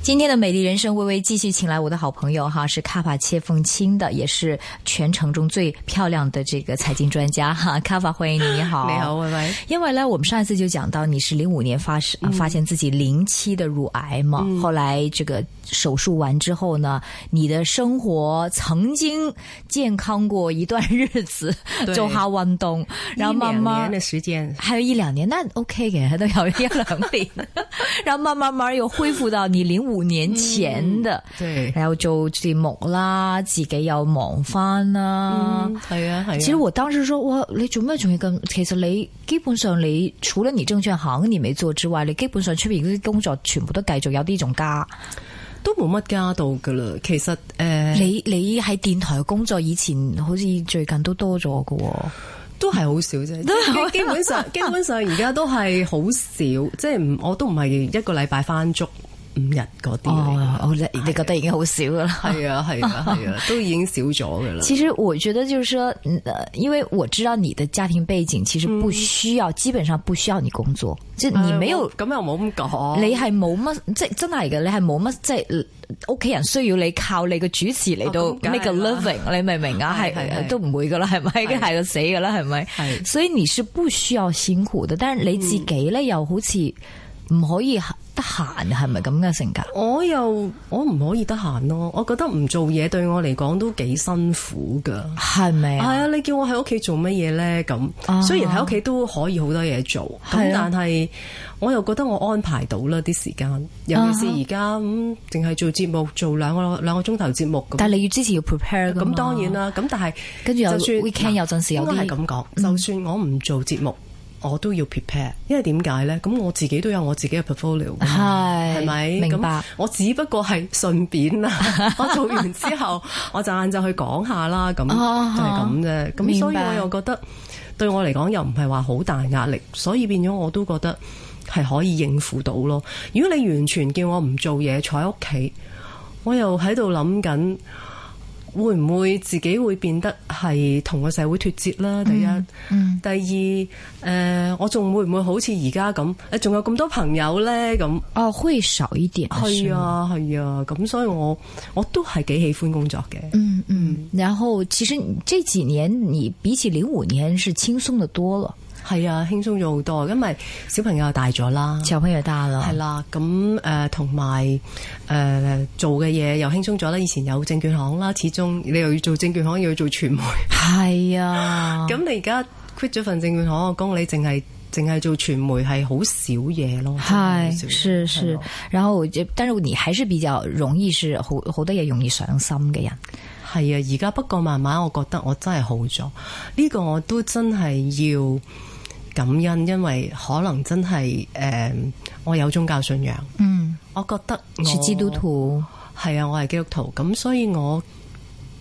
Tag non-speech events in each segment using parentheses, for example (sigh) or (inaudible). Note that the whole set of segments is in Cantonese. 今天的美丽人生，微微继续请来我的好朋友哈，是卡法切凤清的，也是全城中最漂亮的这个财经专家哈。 (laughs) 卡法，欢迎你，你好，你好，喂喂。因为呢，我们上一次就讲到你是零五年发生、发现自己零期的乳癌嘛，嗯后来这个手术完之后呢，你的生活曾经健康过一段日子，(laughs) 对做下运动，然后慢一两慢年的时间，还有一两年，那 OK 给都有一两年，然后慢慢慢又恢复到你零五年前的，对，然后做節目啦，自己又忙翻啦。嗯，系啊，系啊。其实我当时说，哇，你做咩仲要咁？其實你基本上你除咗你證券行你未做之外，你基本上出邊嗰啲工作全部都繼續有啲仲加。都冇乜加到噶啦。其實诶、呃你你喺電台工作以前，好似最近都多咗嘅喎。都係好少啫。即係基基 (laughs) 本上，基本上而家都係好少，即係唔，我都唔係一個禮拜翻足五日嗰啲嚟。哦，好你你覺得已經好少㗎啦。係啊，(laughs) 係啊，係啊，都已經少咗噶啦。其实我觉得就是说，嗯呃，因为我知道你的家庭背景其实不需要，基本上不需要你工作，即係你没有呃我，哦咁又冇咁講。你係冇乜，即係真係嘅，你係冇乜，即係呃屋企人需要你靠你嘅主持嚟哦咁到梗係 make a 啦 living，你明唔明啊？係係係係都唔會噶啦，係咪？係係個死噶啦，係咪？係所以你是不需要辛苦的，但係你自己咧又好似唔可以得閒，係咪咁嘅性格？我又我唔可以得閒咯，我覺得唔做嘢對我嚟講都幾辛苦噶。係咪係啊？啊，你叫我喺屋企做乜嘢咧？啊咁雖然喺屋企都可以好多嘢做，係咁啊但係我又覺得我安排到啦啲時間，尤其啊是而家咁淨係做節目做兩個兩個鐘頭節目咁。但係你要之前要 prepare 噶嘛咁當然啦，咁但係跟住有就算 weekend 嗱有陣時有啲嗯應該係咁講，就算我唔做節目。我都要 prepare，因為點解咧？咁我自己都有我自己嘅 portfolio，㗎嘛係係咪？明白咁我只不過係順便 (laughs) 啦，我做完之後，我就晏晝去講下啦，咁就啊係咁啫。咁明所以白我又覺得對我嚟講又唔係話好大壓力，所以變咗我都覺得係可以應付到咯。如果你完全叫我唔做嘢，坐喺屋企，我又喺度諗緊。會唔會自己會變得係同個社會脱節啦？第一，第二，誒、我仲會唔會好似而家咁？誒，仲有咁多朋友呢？咁哦，會少一點，係啊，係啊，咁所以我我都係幾喜歡工作嘅。嗯，嗯，然后其实你这几年你比起零五年是轻松的多了，係啊，輕鬆咗好多，因為小朋友大咗啦。小朋友大了，係啦，咁誒同埋誒做嘅嘢又輕鬆咗啦。以前有證券行啦，始終你又要做證券行，又要做傳媒，系 (laughs) 啊，咁你而家 quit 咗份證券行嘅工，你淨係淨係做傳媒係好少嘢咯。真係好嗨少嘢是係是咯，然后我就，但是你还是比较容易是好好多嘢容易上心嘅人，係啊，而家不過慢慢，我覺得我真係好咗。呢、個我都真係要感恩，因為可能真係誒、嗯我有宗教信仰，嗯，我覺得我是基督，徒，係啊，我係基督徒，咁所以我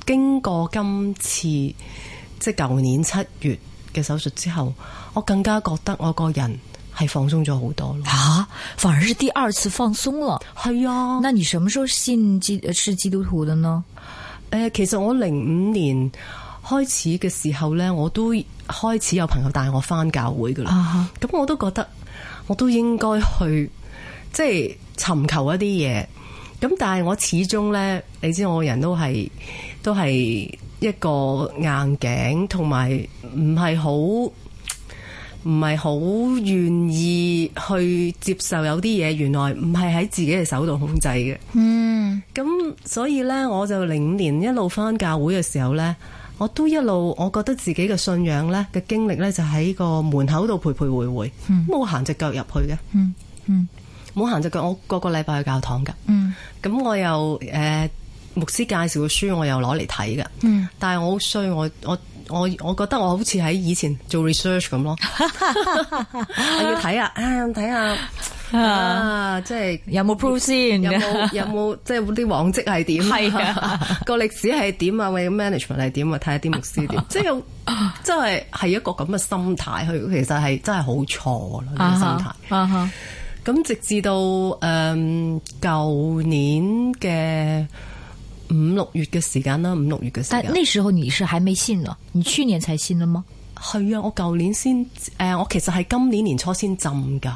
經過今次即係舊年七月嘅手術之後，我更加覺得我個人係放鬆咗好多咯。啊，反而是第二次放松了。係啊，那你什么时候信基呃是基督徒的呢？誒、其實我零五年開始嘅時候呢，我都開始有朋友帶我返教會噶啦。啊，咁、我都覺得我都應該去即係尋求一啲嘢。咁但係我始終呢，你知我個人都係都係一個硬頸，同埋唔係好唔係好願意去接受有啲嘢原來唔係喺自己嘅手度控制嘅。嗯，咁所以呢，我就零五年一路翻教會嘅時候呢，我都一路我覺得自己嘅信仰呢嘅經歷呢，就喺個門口度徘徊徘徊，冇行只腳入去嘅，嗯嗯冇行只腳。我個個禮拜去教堂㗎，嗯咁我又誒、呃牧師介紹嘅書我又攞嚟睇㗎。嗯，但係我好衰，我我我我覺得我好似喺以前做 research 咁咯， (laughs) 我要睇下啊睇下啊，即係。有冇 proof 先？有冇 (laughs) 有冇即係啲往績係點？嗯係啊， (laughs) 個歷史係點啊？喂，management 係點啊？睇下啲牧 (laughs) 師點，即係有即係係一個咁嘅心態去，其實係真係好錯啦呢個心 (laughs) 態。啊哈，咁直至到誒舊年嘅五六月嘅時間啦，五六月嘅時但間。那时候你是还没信呢，你去年才信的吗？係啊，我舊年先誒、我其實係今年年初先浸㗎。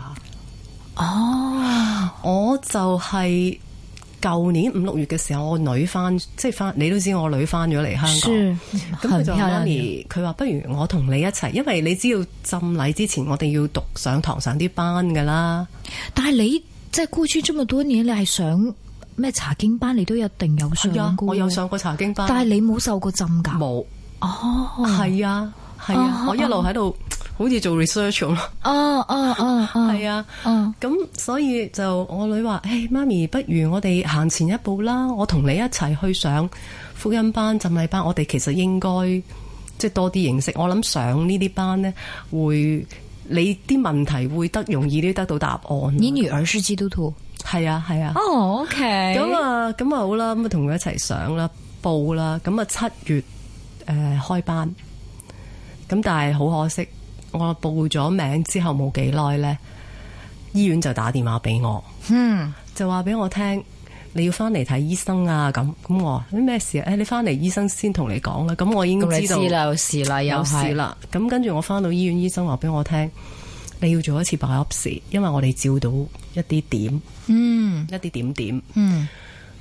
哦，我就係舊年五六月嘅時候，我女翻即係翻，你都知我女翻咗嚟香港。是，咁很佢就漂媽亮的。咪，佢話不如我同你一齊，因為你知道浸禮之前我哋要讀上堂上啲班噶啦。但係你即係孤村這麼多年，你係上咩查經班，你都一定有上係啊，過。我有，上過查經班，但係你冇受過浸㗎。冇。哦，係啊，係啊啊，我一路喺度好似做 research 咁咯。哦哦哦哦，係啊。哦，咁所以就我女話：，誒媽咪，不如我哋行前一步啦，我同你一齊去上福音班、浸禮班，我哋其實應該即係多啲認識。我諗上呢啲班呢，會你啲問題會得容易啲得到答案。你女兒是基督徒。係啊，係啊。哦，OK。咁啊，咁啊好啦，咁啊同佢一齊上啦，報啦，咁啊七月誒、呃、開班，咁但係好可惜，我報咗名之後冇幾耐呢，醫院就打電話俾我，嗯，就話俾我聽你要翻嚟睇醫生啊，咁咁我話你咩事啊？誒、你翻嚟醫生先同你講啦，咁我已經咁你知道知啦，有事啦，有事係。啦。咁跟住我翻到醫院，醫生話俾我聽，你要做一次 biopsy，因為我哋照到一啲點，嗯一啲點點。嗯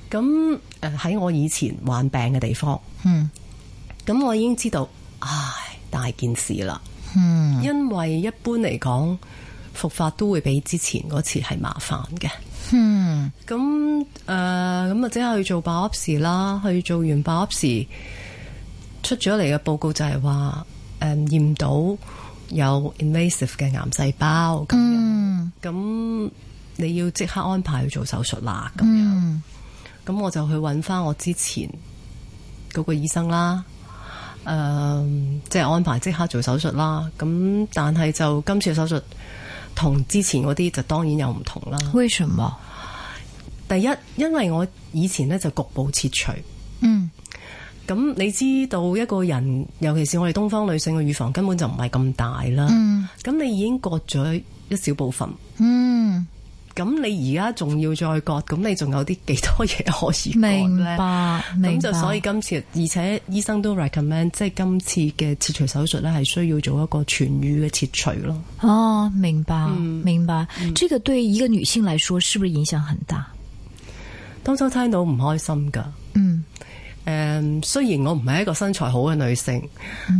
咁誒喺我以前患病嘅地方，嗯咁我已經知道，唉，大件事啦。嗯因為一般嚟講，復發都會比之前嗰次係麻煩嘅。嗯咁誒，咁啊，即刻去做 biopsy 啦，去做完 biopsy 出咗嚟嘅報告就係話，誒驗到有 invasive 嘅癌細胞咁樣，嗯咁、你要即刻安排去做手術啦咁樣。嗯咁我就去揾翻我之前嗰個醫生啦，誒、即係安排即刻做手術啦。咁但係就今次嘅手術同之前嗰啲就當然有唔同啦。為什麼？第一，因為我以前呢就局部切除，嗯咁你知道一個人，尤其是我哋東方女性嘅乳房根本就唔係咁大啦。嗯咁、你已經割咗一小部分，嗯，咁你而家仲要再割，咁你仲有啲幾多嘢可以割呢？明白明白。咁就所以今次，而且醫生都 recommend，即係今次嘅切除手術咧，係需要做一個全乳嘅切除咯。哦，明白嗯明白。這個對一個女性來說，是不是影響很大？當初聽到唔開心㗎，誒、嗯雖嗯然我唔係一個身材好嘅女性，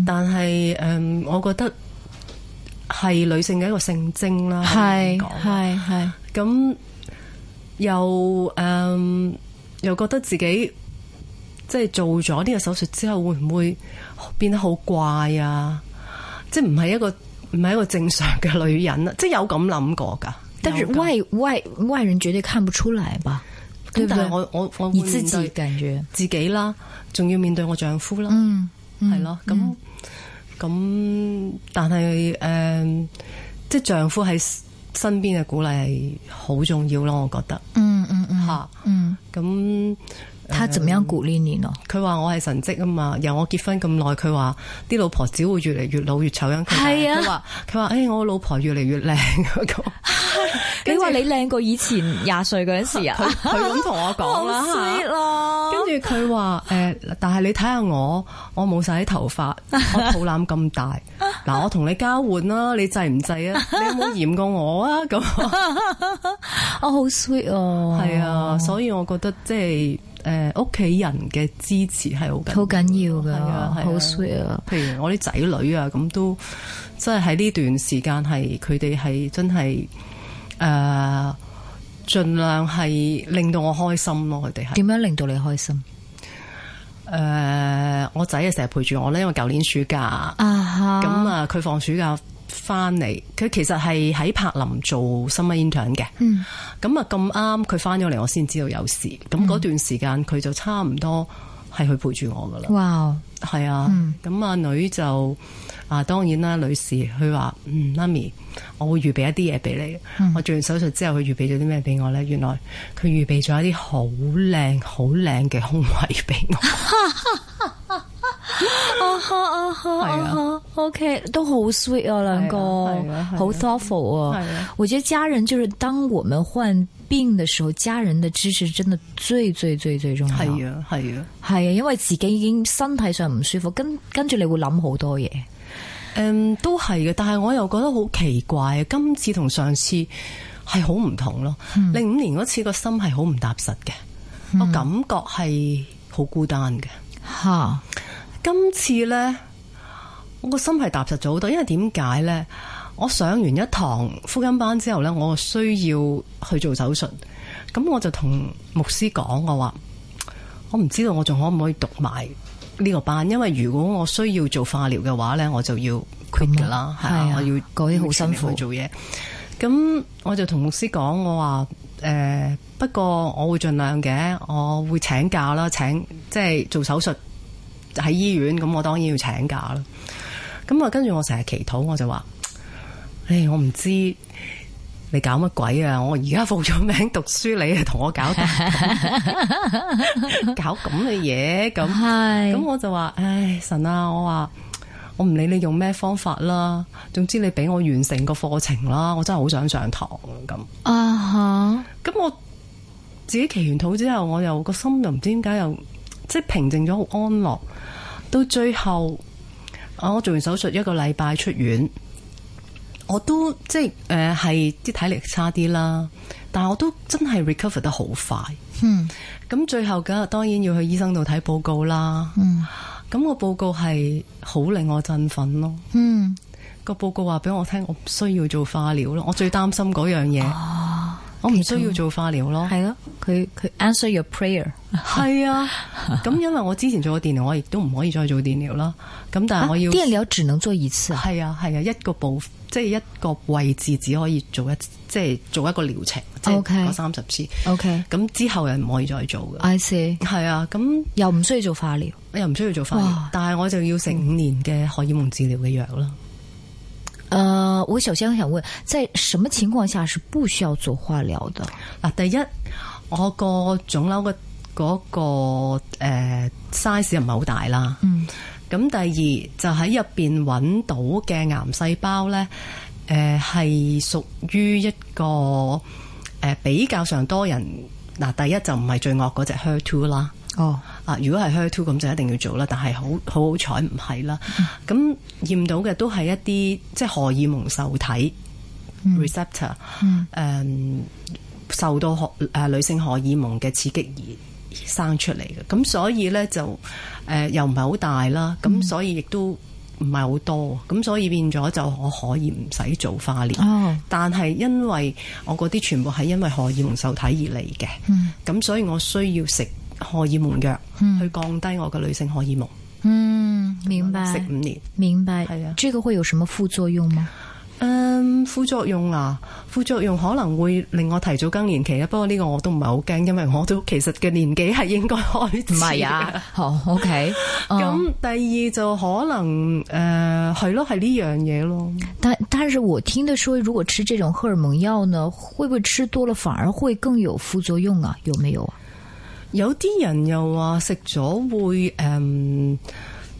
但係誒、嗯我覺得係女性嘅一個性徵啦。係可以咁講係係，咁又誒、嗯又覺得自己即係做咗呢個手術之後，會唔會變得好怪啊？即係唔係一個唔係一個正常嘅女人啊？即係有咁諗過㗎。但是有咁外外外人絕對看不出來吧？對咁不但對係？我我我會你自面己對感覺，自己啦，仲要面對我丈夫啦。嗯，嗯係咯，咁咁，但係誒、嗯即係丈夫喺身邊嘅鼓勵係好重要咯，我覺得嗯嗯嗯嚇。嗯，咁他怎麼樣鼓勵你呢？佢話我係神蹟啊嘛，由我結婚咁耐，佢話啲老婆只會越嚟越老越醜樣。係啊佢話佢話誒，我老婆越嚟越靚咁，你話你靚過以前廿歲嗰陣時啊 (laughs) 佢？佢咁同我講 (laughs) 啦嚇咯跟住佢話誒，但係你睇下我，我冇晒啲頭髮，我肚腩咁大，嗱我同你交換啦，你制唔制啊？你有冇嫌過我啊？咁哦，好 sweet 哦，係啊，所以我覺得即係呃誒屋企人嘅支持係好緊好要。緊要噶係啊係，啊好 sweet 啊，譬如我啲仔女啊，咁都即係喺呢段時間係佢哋係真係誒，呃盡量係令到我開心咯。佢哋係點樣令到你開心誒，我仔啊成日陪住我咧，因為舊年暑假啊？哈咁，啊，佢放暑假翻嚟，佢其實係喺柏林做 summer intern 嘅。嗯咁啊咁啱佢翻咗嚟，我先知道有事。咁嗰段時間佢就差唔多係去陪住我噶啦。哇，係啊，嗯咁阿、女就啊，當然啦，女士佢話：嗯，媽咪，我會預備一啲嘢俾你。嗯我做完手術之後，佢預備咗啲咩俾我呢？原來佢預備咗一啲好靚、好靚嘅胸圍俾我。 (laughs) 啊哈啊哈啊哈，OK，都好 sweet 啊，兩係個啊係啊好 thoughtful 啊係啊。我覺得家人就是當我們患病的時候，家人的支持真的最最最最重要。係啊，係啊。係啊，因為自己已經身體上唔舒服，跟跟住你會諗好多嘢。誒、嗯都係嘅，但係我又覺得好奇怪，今次同上次係好唔同咯。零五年嗰次個心係好唔踏實嘅，我感覺係好孤單嘅。吓，今次呢，我個心係踏實咗好多，因為點解呢？我上完一堂福音班之後呢，我需要去做手術，咁我就同牧師講，我話我唔知道我仲可唔可以讀埋呢個班，因為如果我需要做化療嘅話呢，我就要 quit 噶啦，係係啊啊，我要嗰啲好辛苦全力去做嘢。咁我就同牧師講，我話誒、呃不過我會盡量嘅，我會請假啦，請即係做手術喺醫院，咁我當然要請假啦。咁啊，跟住我成日祈禱，我就話：，唉，我唔知你搞乜鬼啊！我而家報咗名讀書，你啊同我搞大搞咁嘅嘢咁。係咁我就話：，唉，神啊！我話我唔理你用咩方法啦，總之你俾我完成個課程啦，我真係好想上堂啊咁。啊哈，咁我自己祈完禱之後，我又個心又唔知點解又即係平靜咗，好安樂。到最後，啊我做完手術一個禮拜出院，我都即係誒係啲體力差啲啦，但係我都真係 recover 得好快。嗯咁最後梗係當然要去醫生度睇報告啦。嗯咁個報告係好令我振奮咯。嗯，個報告話俾我聽，我唔需要做化療咯。我最擔心嗰樣嘢，我唔需要做化療咯。係咯，佢佢 answer your prayer，係啊，咁因為我之前做過電療，我亦都唔可以再做電療啦。咁但係我要電療只能做一次啊，係啊係啊，一個部即係一個位置只可以做一即係做一個療程，即係 OK 嗰三十次。 OK 咁之後又唔可以再做嘅。 I see，係啊，咁又唔需要做化療，又唔需要做化療哇，但係我就要食五年嘅荷爾蒙治療嘅藥啦。呃，我首先想問，在什麼情況下是不需要做化療的？嗱，第一我個腫瘤嘅嗰個呃 size 又唔係好大啦。嗯，咁第二就喺入邊揾到嘅癌細胞呢，誒係屬於一個誒、呃比較上多人嗱，第一就唔係最惡嗰隻 HER2 啦。哦，啊，如果係 HER2 咁就一定要做啦，但係好好好彩唔係啦。咁、驗到嘅都係一啲即係荷爾蒙受體 receptor，誒、受到荷誒、呃女性荷爾蒙嘅刺激而生出嚟嘅。咁所以咧就誒、呃又唔係好大啦，咁所以亦都唔係好多，咁所以變咗就我可以唔使做化療。哦，但係因為我嗰啲全部係因為荷爾蒙受體而嚟嘅，咁、嗯所以我需要食荷爾蒙藥、去降低我嘅女性荷爾蒙，嗯，明白食，五年。明白，係啊這個會有什麼副作用嗎？嗯，副作用啊，副作用可能會令我提早更年期啊。不過呢個我都唔係好驚，因為我都其實嘅年紀係應該開始。唔係啊， (laughs) 好 OK，嗯咁第二就可能誒係咯，係呢樣嘢咯。但但是我听的说，如果吃这种荷尔蒙药呢，会不会吃多了反而会更有副作用啊？有没有啊？有啲人又話食咗會誒、嗯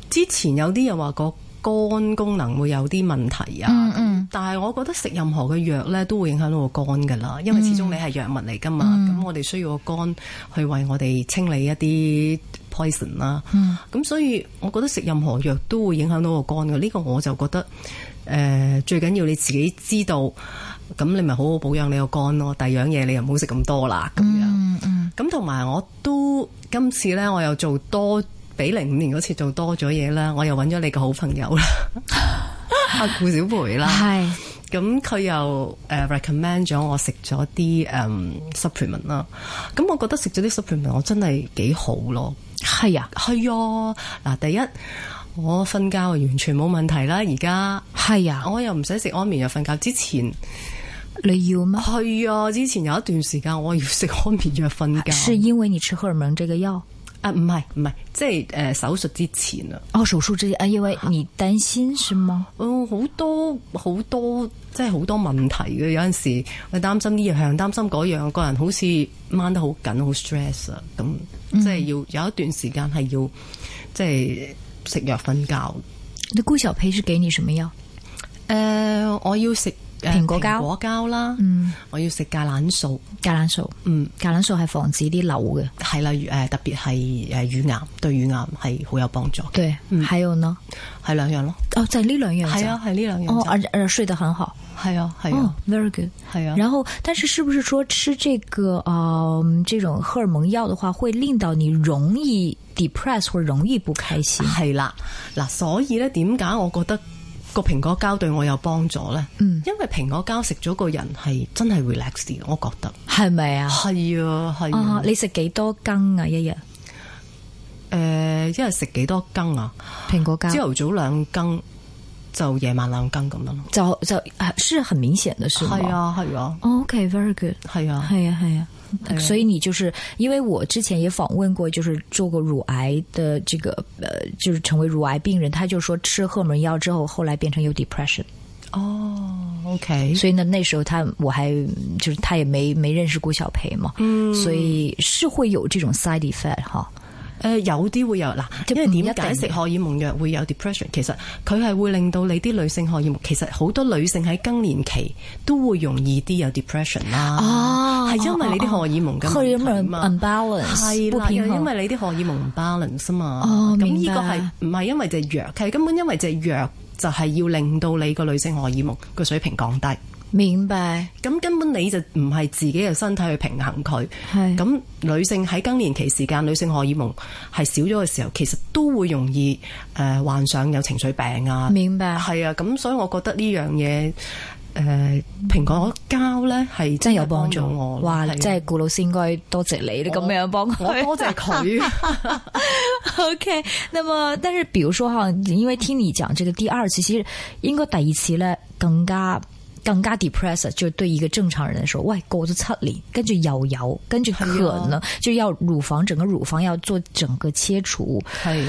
之前有啲人話個肝功能會有啲問題啊。嗯但係我覺得食任何嘅藥咧都會影響到個肝㗎啦，因為始終嗯你係藥物嚟㗎嘛，咁、我哋需要個肝去為我哋清理一啲 poison 啦。咁、嗯所以我覺得食任何藥都會影響到個肝嘅，呢、個我就覺得誒、呃最緊要你自己知道，咁你咪好好保養你個肝咯。第二樣嘢你又唔好食咁多啦，咁樣。嗯嗯咁同埋我都今次呢，我又做多比零五年嗰次做多咗嘢啦，我又揾咗你個好朋友啦，阿顧小培嗯，啦，係咁佢又誒 recommend 咗我食咗啲誒 supplement 啦，咁我覺得食咗啲 supplement 我真係幾好咯，係啊係啊，嗱第一我瞓覺啊完全冇問題啦，而家係啊，我又唔使食安眠藥瞓覺之前，你要嗎？係啊，之前有一段時間我要食安眠藥瞓覺。是因為你吃荷爾蒙這個藥啊，唔係唔係，即係誒、呃手術之前啊，哦，手術之前啊，因為你擔心是嗎？哦好多好多，即係好多問題嘅。有陣時我擔心呢樣，擔心嗰樣，個人好似掹得好緊，好 stress 啊，咁即係要有一段時間係要即係食藥瞓覺。誒、那顧小培是給你什麼藥？呃我要食誒蘋果膠蘋果膠啦，嗯，我要食芥蘭素，芥蘭素，嗯，芥蘭素係防止啲瘤嘅。係啦，誒特別係呃誒乳癌對乳癌係好有幫助嘅，對，嗯還有呢？係兩樣咯，哦，就係呢兩樣係咋啊，係呢兩哦樣，咋，而而睡得很好，係啊，係哦啊， ，very good。係啊。然后，但是是不是说吃这个呃这种荷尔蒙药的话，会令到你容易 depress 或容易不开心？係啦，嗱，所以咧，點解我覺得個蘋果膠對我有幫助咧？嗯，因為蘋果膠食咗個人係真係 relax 啲嘅，我覺得系咪啊？係啊，係啊啊，，你食幾多羹啊？一日誒，一日呃食幾多羹啊？蘋果膠朝頭早兩羹，就夜晚兩羹咁樣咯。就就啊是很明顯的，是嗎？係啊，係啊，哦，OK，very good。係啊，系啊系啊哎，呀所以你就是因为我之前也访问过，就是做过乳癌的这个呃，就是成为乳癌病人，他就说吃荷尔蒙药之后，后来变成有 depression，哦，OK，所以呢那时候他我还就是他也没没认识顾小培嘛，嗯，所以是会有这种 side effect 哈，誒呃有啲會有嗱，即因係為點唔一解定食荷爾蒙藥會有 depression？其實佢係會令到你啲女性荷爾蒙，其實好多女性喺更年期都會容易啲有 depression 啦。哦係因為你啲荷爾蒙嘅荷問尔題蒙嘛。 unbalance 係不啊啦，平因衡，為你啲荷爾蒙唔 balance 啊嘛。哦咁明呢白個係唔係因為隻藥？係根本因為隻藥就係要令到你個女性荷爾蒙個水平降低。明白咁根本你就唔係自己嘅身體去平衡佢。係咁女性喺更年期時間，女性荷爾蒙係少咗嘅時候，其實都會容易誒、呃患上有情緒病啊。明白，係啊，咁所以我覺得呢樣嘢誒蘋果膠咧係真係有係幫助到我。哇！係啊真係顧老師應該多謝你，你咁樣幫我佢。多謝佢。啊 (laughs) OK，那麼但是，比如說哈，因為聽你講這個第二期，其實應該第二次咧更加更加 depress，就對一個正常人來說，喂，過咗七年，跟住又有，跟住可能就要乳房整個乳房要做整個切除， (laughs) 係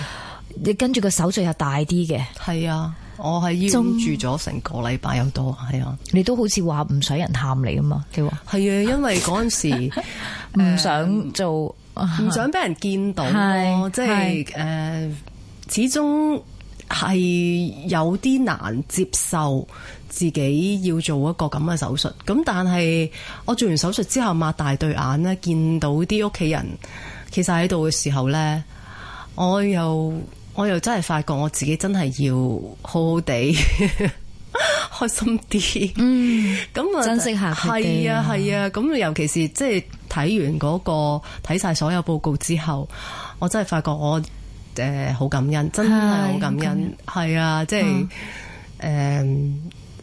你跟住個手術又大啲嘅，係啊，我喺醫院住咗成個禮拜有多，係啊，你都好似話唔想人喊你啊嘛，你話係啊，因為嗰 (laughs) 陣時。 (laughs) 唔想啊做，唔想俾人見到係咯，即係誒、始終係有啲難接受自己要做一個咁嘅手術。咁但係我做完手術之後，擘大對眼咧，見到啲屋企人其實喺度嘅時候咧，我又我又真係發覺我自己真係要好好地 (laughs) 開心啲。嗯，咁啊，珍惜下佢哋係啊，係啊，咁尤其是即係睇完嗰、個睇晒所有報告之後，我真係發覺我誒好、感恩，真係好感恩，嗯係啊，即係誒、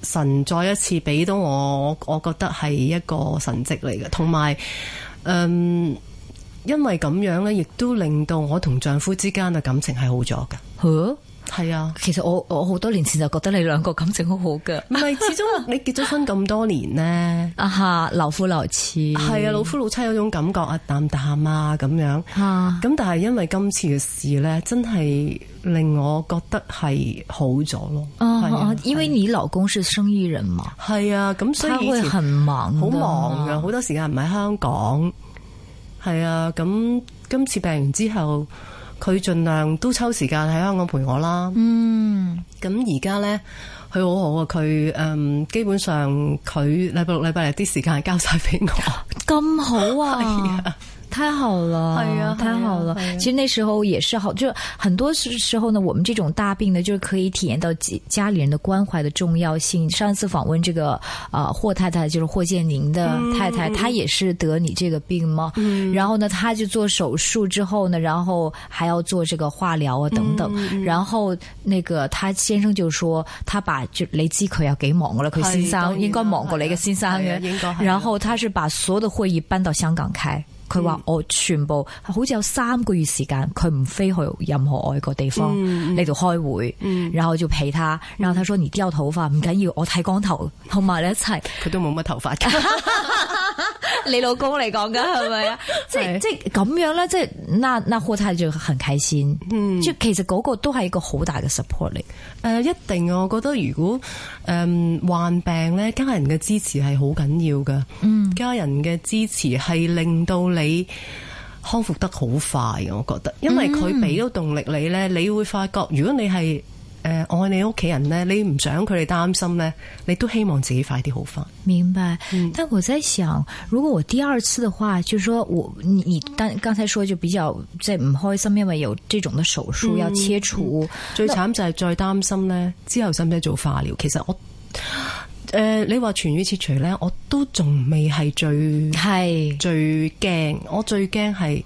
神再一次俾到我，我我覺得係一個神蹟嚟嘅，同埋嗯。因為咁樣咧，亦都令到我同丈夫之間嘅感情係好咗嘅。呵係啊，其實我我好多年前就覺得你兩個感情好好噶，唔係 (laughs) 始終你結咗婚咁多年咧，啊哈，老夫老妻，係啊，老夫老妻有種感覺啊，淡淡啊咁樣。啊。咁但係因為今次嘅事呢，真係令我覺得係好咗咯。啊係啊啊，因为你老公是生意人嘛，係啊，咁所他以会以前很忙的，好忙啊㗎，好多時間唔喺香港。係啊，咁今次病完之後，佢盡量都抽時間喺香港陪我啦。嗯，咁而家呢，佢好好啊，佢嗯基本上佢禮拜六、禮拜日啲時間係交晒俾我。咁好 (laughs) 啊。太好了，哎呀太好了哎呀哎。呀其实那时候也是好，就很多时时候呢，我们这种大病呢，就是可以体验到家家里人的关怀的重要性。上一次访问这个呃霍太太，就是霍建宁的嗯太太，她也是得你这个病吗？然后呢，她就做手术之后呢，然后还要做这个化疗啊等等。然后那个她先生就说，他把就你知佢有几忙噶啦，佢先係當生哎然應該忙過啦你嘅先生係啊嘅。應該係啊然後他是把所有的會議搬到香港開。佢話我全部好似有三個月時間，佢唔飛去任何外國地方嚟度、開會，然後就陪他。然後他說：你掉頭髮唔緊要，我剃光頭，同埋你一齊。佢都冇乜頭髮㗎。你老公嚟講㗎係咪啊？即係即係咁樣咧，即係那那霍太就很開心。即係其實嗰個都係一個好大嘅 support 嚟。誒、一定啊！我覺得如果誒、嗯患病咧，家人嘅支持係好緊要噶。嗯，家人嘅支持係令到你康復得好快嘅，我覺得，因為佢俾到動力你咧，你會發覺，如果你係誒愛你屋企人呢，你唔想佢哋擔心呢，你都希望自己快啲好翻。明白，但我在想，如果我第二次的话，就是说我你你当刚才说就比较在唔开心，因为有这种的手术要切除，最慘就係再擔心呢，之後使唔使做化療？其實我誒、你話全乳切除呢，我都仲未係最系、最驚，我最驚係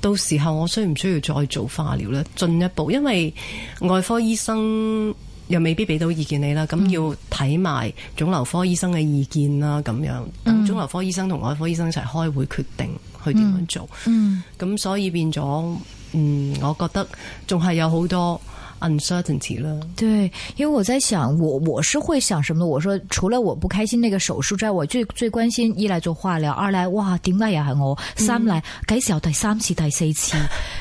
到時候我需唔需要再做化療呢？進一步，因為外科醫生又未必俾到意見你啦，咁要睇埋腫瘤科醫生嘅意見啦，咁樣等腫瘤科醫生同外科醫生一齊開會決定去點樣做。嗯咁所以變咗，嗯，我覺得仲係有好多 uncertainty 啦。对，因为我在想，我我是会想什么呢？我说除了我不开心那个手术之外，我最最关心一来做化疗，二来哇點解又係我，嗯三嚟幾時候第三次、第四 (laughs) 次，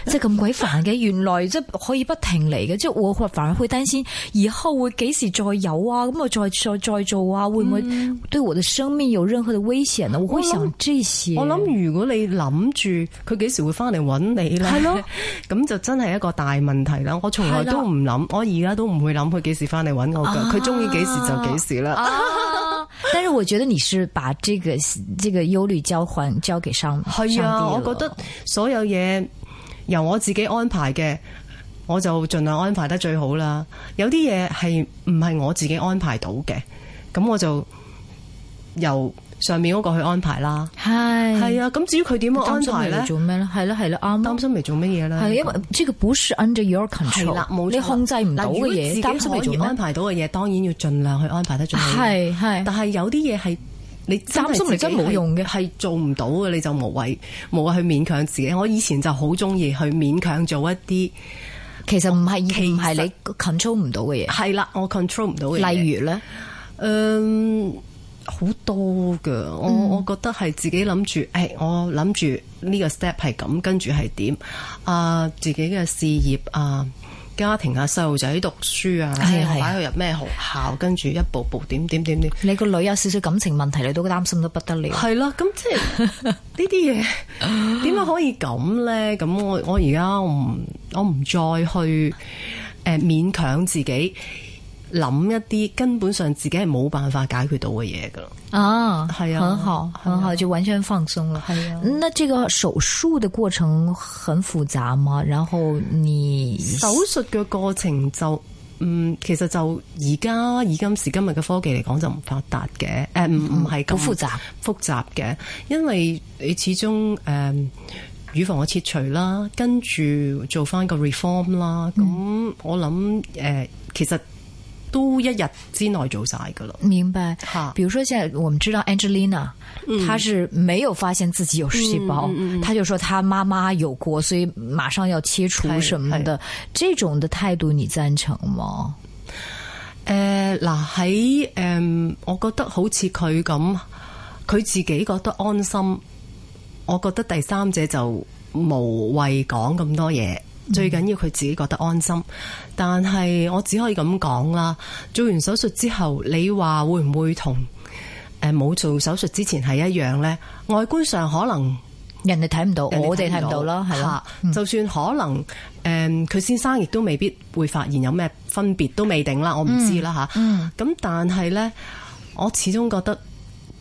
即係咁鬼煩嘅，原來即係可以不停嚟嘅，即係我反而會擔心以後會幾時再有啊，咁我再再再做啊，會唔會嗯對我的生命有任何的危險呢？我會想這些。我諗如果你諗住佢幾時會翻嚟揾你咧，係咯， (laughs) 咁就真係一個大問題啦。我從來係啦都唔諗，我而家都唔會諗佢幾時翻嚟揾我啊㗎。佢中意幾時就幾時啦。啊。 (laughs) 但是我覺得你是把這個這個憂慮交還交給上係上啊，帝我了覺得所有嘢由我自己安排嘅，我就盡量安排得最好啦。有啲嘢係唔係我自己安排到嘅，咁我就由上面嗰個去安排啦。嗨，係啊，咁至於佢點樣安嗯擔心排你嚟咧？做咩咧？係咯係咯啱咯擔。心嚟做乜嘢咧？係因為呢個本是 under your 係啦，冇 control，錯你控制唔嗱到如嘅果自嘢，己擔心嚟可做以安咩？排到嘅嘢，當然要盡量去安排得最好。係係但係有啲嘢係你真係擔心嚟自己真冇用嘅係係做唔到嘅，你就無謂無謂去勉強自己。我以前就好中意去勉強做一啲其實唔係其實唔係你 control 唔到嘅係啦，我 control 唔到嘅嘢，嘢。例如咧，嗯，好多噶，我嗯我覺得係自己諗住，誒、哎我諗住呢個 step 係咁，跟住係點啊？自己嘅事業啊，家庭啊，細路仔讀書啊，係啊係啊擺佢入咩學校，跟住一步步點點點點，你個女有少少感情問題，你都擔心得不得了。係啦，咁即係呢啲 (laughs) 嘢點解可以咁呢？咁我我而家唔我唔再去誒、呃勉強自己諗一啲根本上自己係冇辦法解決到嘅嘢噶啦。啊，係啊很好，很好，就完全放鬆了。係啊那這個手術的過程很複雜嗎？然後你手術嘅過程就嗯，其實就而家以今時今日嘅科技嚟講就唔發達嘅，誒唔唔係咁嗯好複雜複雜嘅，因為你始終誒、嗯乳房嘅切除啦，跟住做翻個 reform 啦，嗯咁、我諗誒、呃其實都一日之內做晒噶啦，明白。嚇比如说，现在我们知道 Angelina，、她是没有发现自己有细胞，她就说她妈妈有过，所以马上要切除什么的。这种的态度你赞成吗？誒呃嗱喺誒，我覺得好似佢咁，佢自己覺得安心，我覺得第三者就無謂講咁多嘢。最緊要佢自己覺得安心，但係我只可以咁講啦。做完手術之後，你話會唔會同誒冇做手術之前係一樣呢？外觀上可能人哋睇唔到，我哋睇唔到啦，系啦嚇。就算可能誒，嗯佢、先生亦都未必會發現有咩分別，都未定啦，我唔嗯知啦吓，咁、但係呢，我始終覺得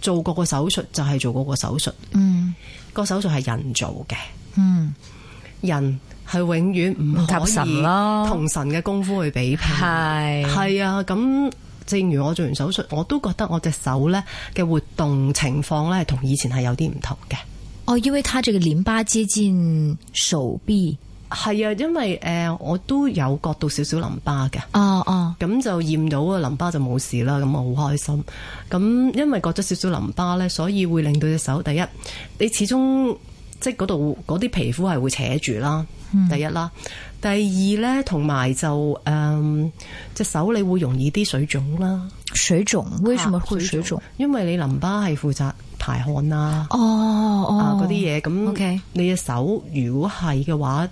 做過個手術就係做過個手術，嗯個手術係人做嘅，嗯，人係永遠唔唔及可神以啦同神嘅功夫去比拼。系係啊，咁正如我做完手術，我都覺得我隻手呢嘅活動情況呢，係同以前係有啲唔同嘅。哦，因为她这个淋巴接近手臂，係啊，因為誒、呃我都有割到少少淋巴嘅，哦哦，咁就驗到個啊淋巴就冇事啦，咁我好開心。咁因為割咗少少淋巴呢，所以會令到隻手第一，你始終即係嗰度嗰啲皮膚係會扯住啦，嗯第一啦。第二呢，同埋就誒隻、手你會容易啲水腫啦，啊水肿，为什么会水肿？因為你淋巴係負責排汗啦。哦哦，啊嗰啲嘢，咁 OK 你隻手如果係嘅話，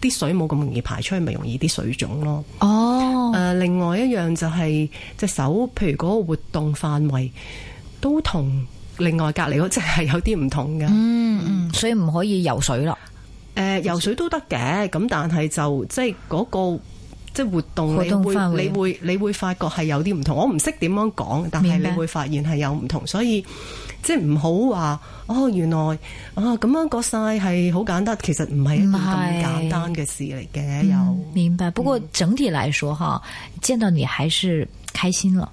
啲水冇咁容易排出去，咪容易啲水腫咯。誒、哦，另外一樣就係隻手，譬如嗰個活動範圍都同另外隔離嗰隻係有啲唔同嘅。誒、嗯嗯，所以唔可以游水啦。呃游水都得嘅，咁但係就即係嗰個即係活動，活動你範圍會你會你會發覺係有啲唔同。我唔識點樣講，但係明你白會發現係有唔同，所以即係唔好話哦，原來啊咁樣割晒係好簡單，其實唔係一件唔係嗯咁簡單嘅事嚟嘅，又。明嗯白。不过整体来说哈，见到你还是开心了，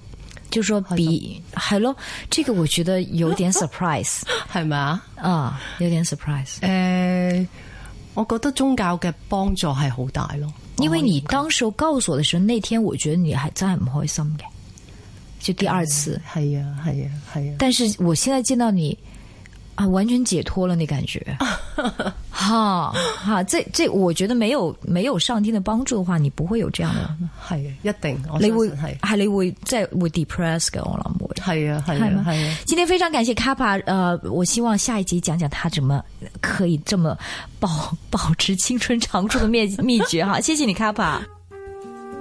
就说比海咯，这个我觉得有点 (laughs) surprise 係咪啊？啊，有点 surprise。誒、我覺得宗教嘅幫助係好大咯。因为你当时候告诉我的时候，那天我觉得你还真系唔开心嘅，就第二次。係啊，係啊，係啊。但是我现在见到你啊，完全解脱了，那感觉， (laughs) 哈哈，这这，我觉得没有没有上天的帮助的话，你不会有这样的，係啊，一定，我你相会信係系你会即系会 depress 嘅，我谂会。係啊，係係啊嗎，係啊，今天非常感谢卡帕，呃，我希望下一集讲讲他怎么可以这么保保持青春常驻的秘秘诀哈，谢谢你卡帕。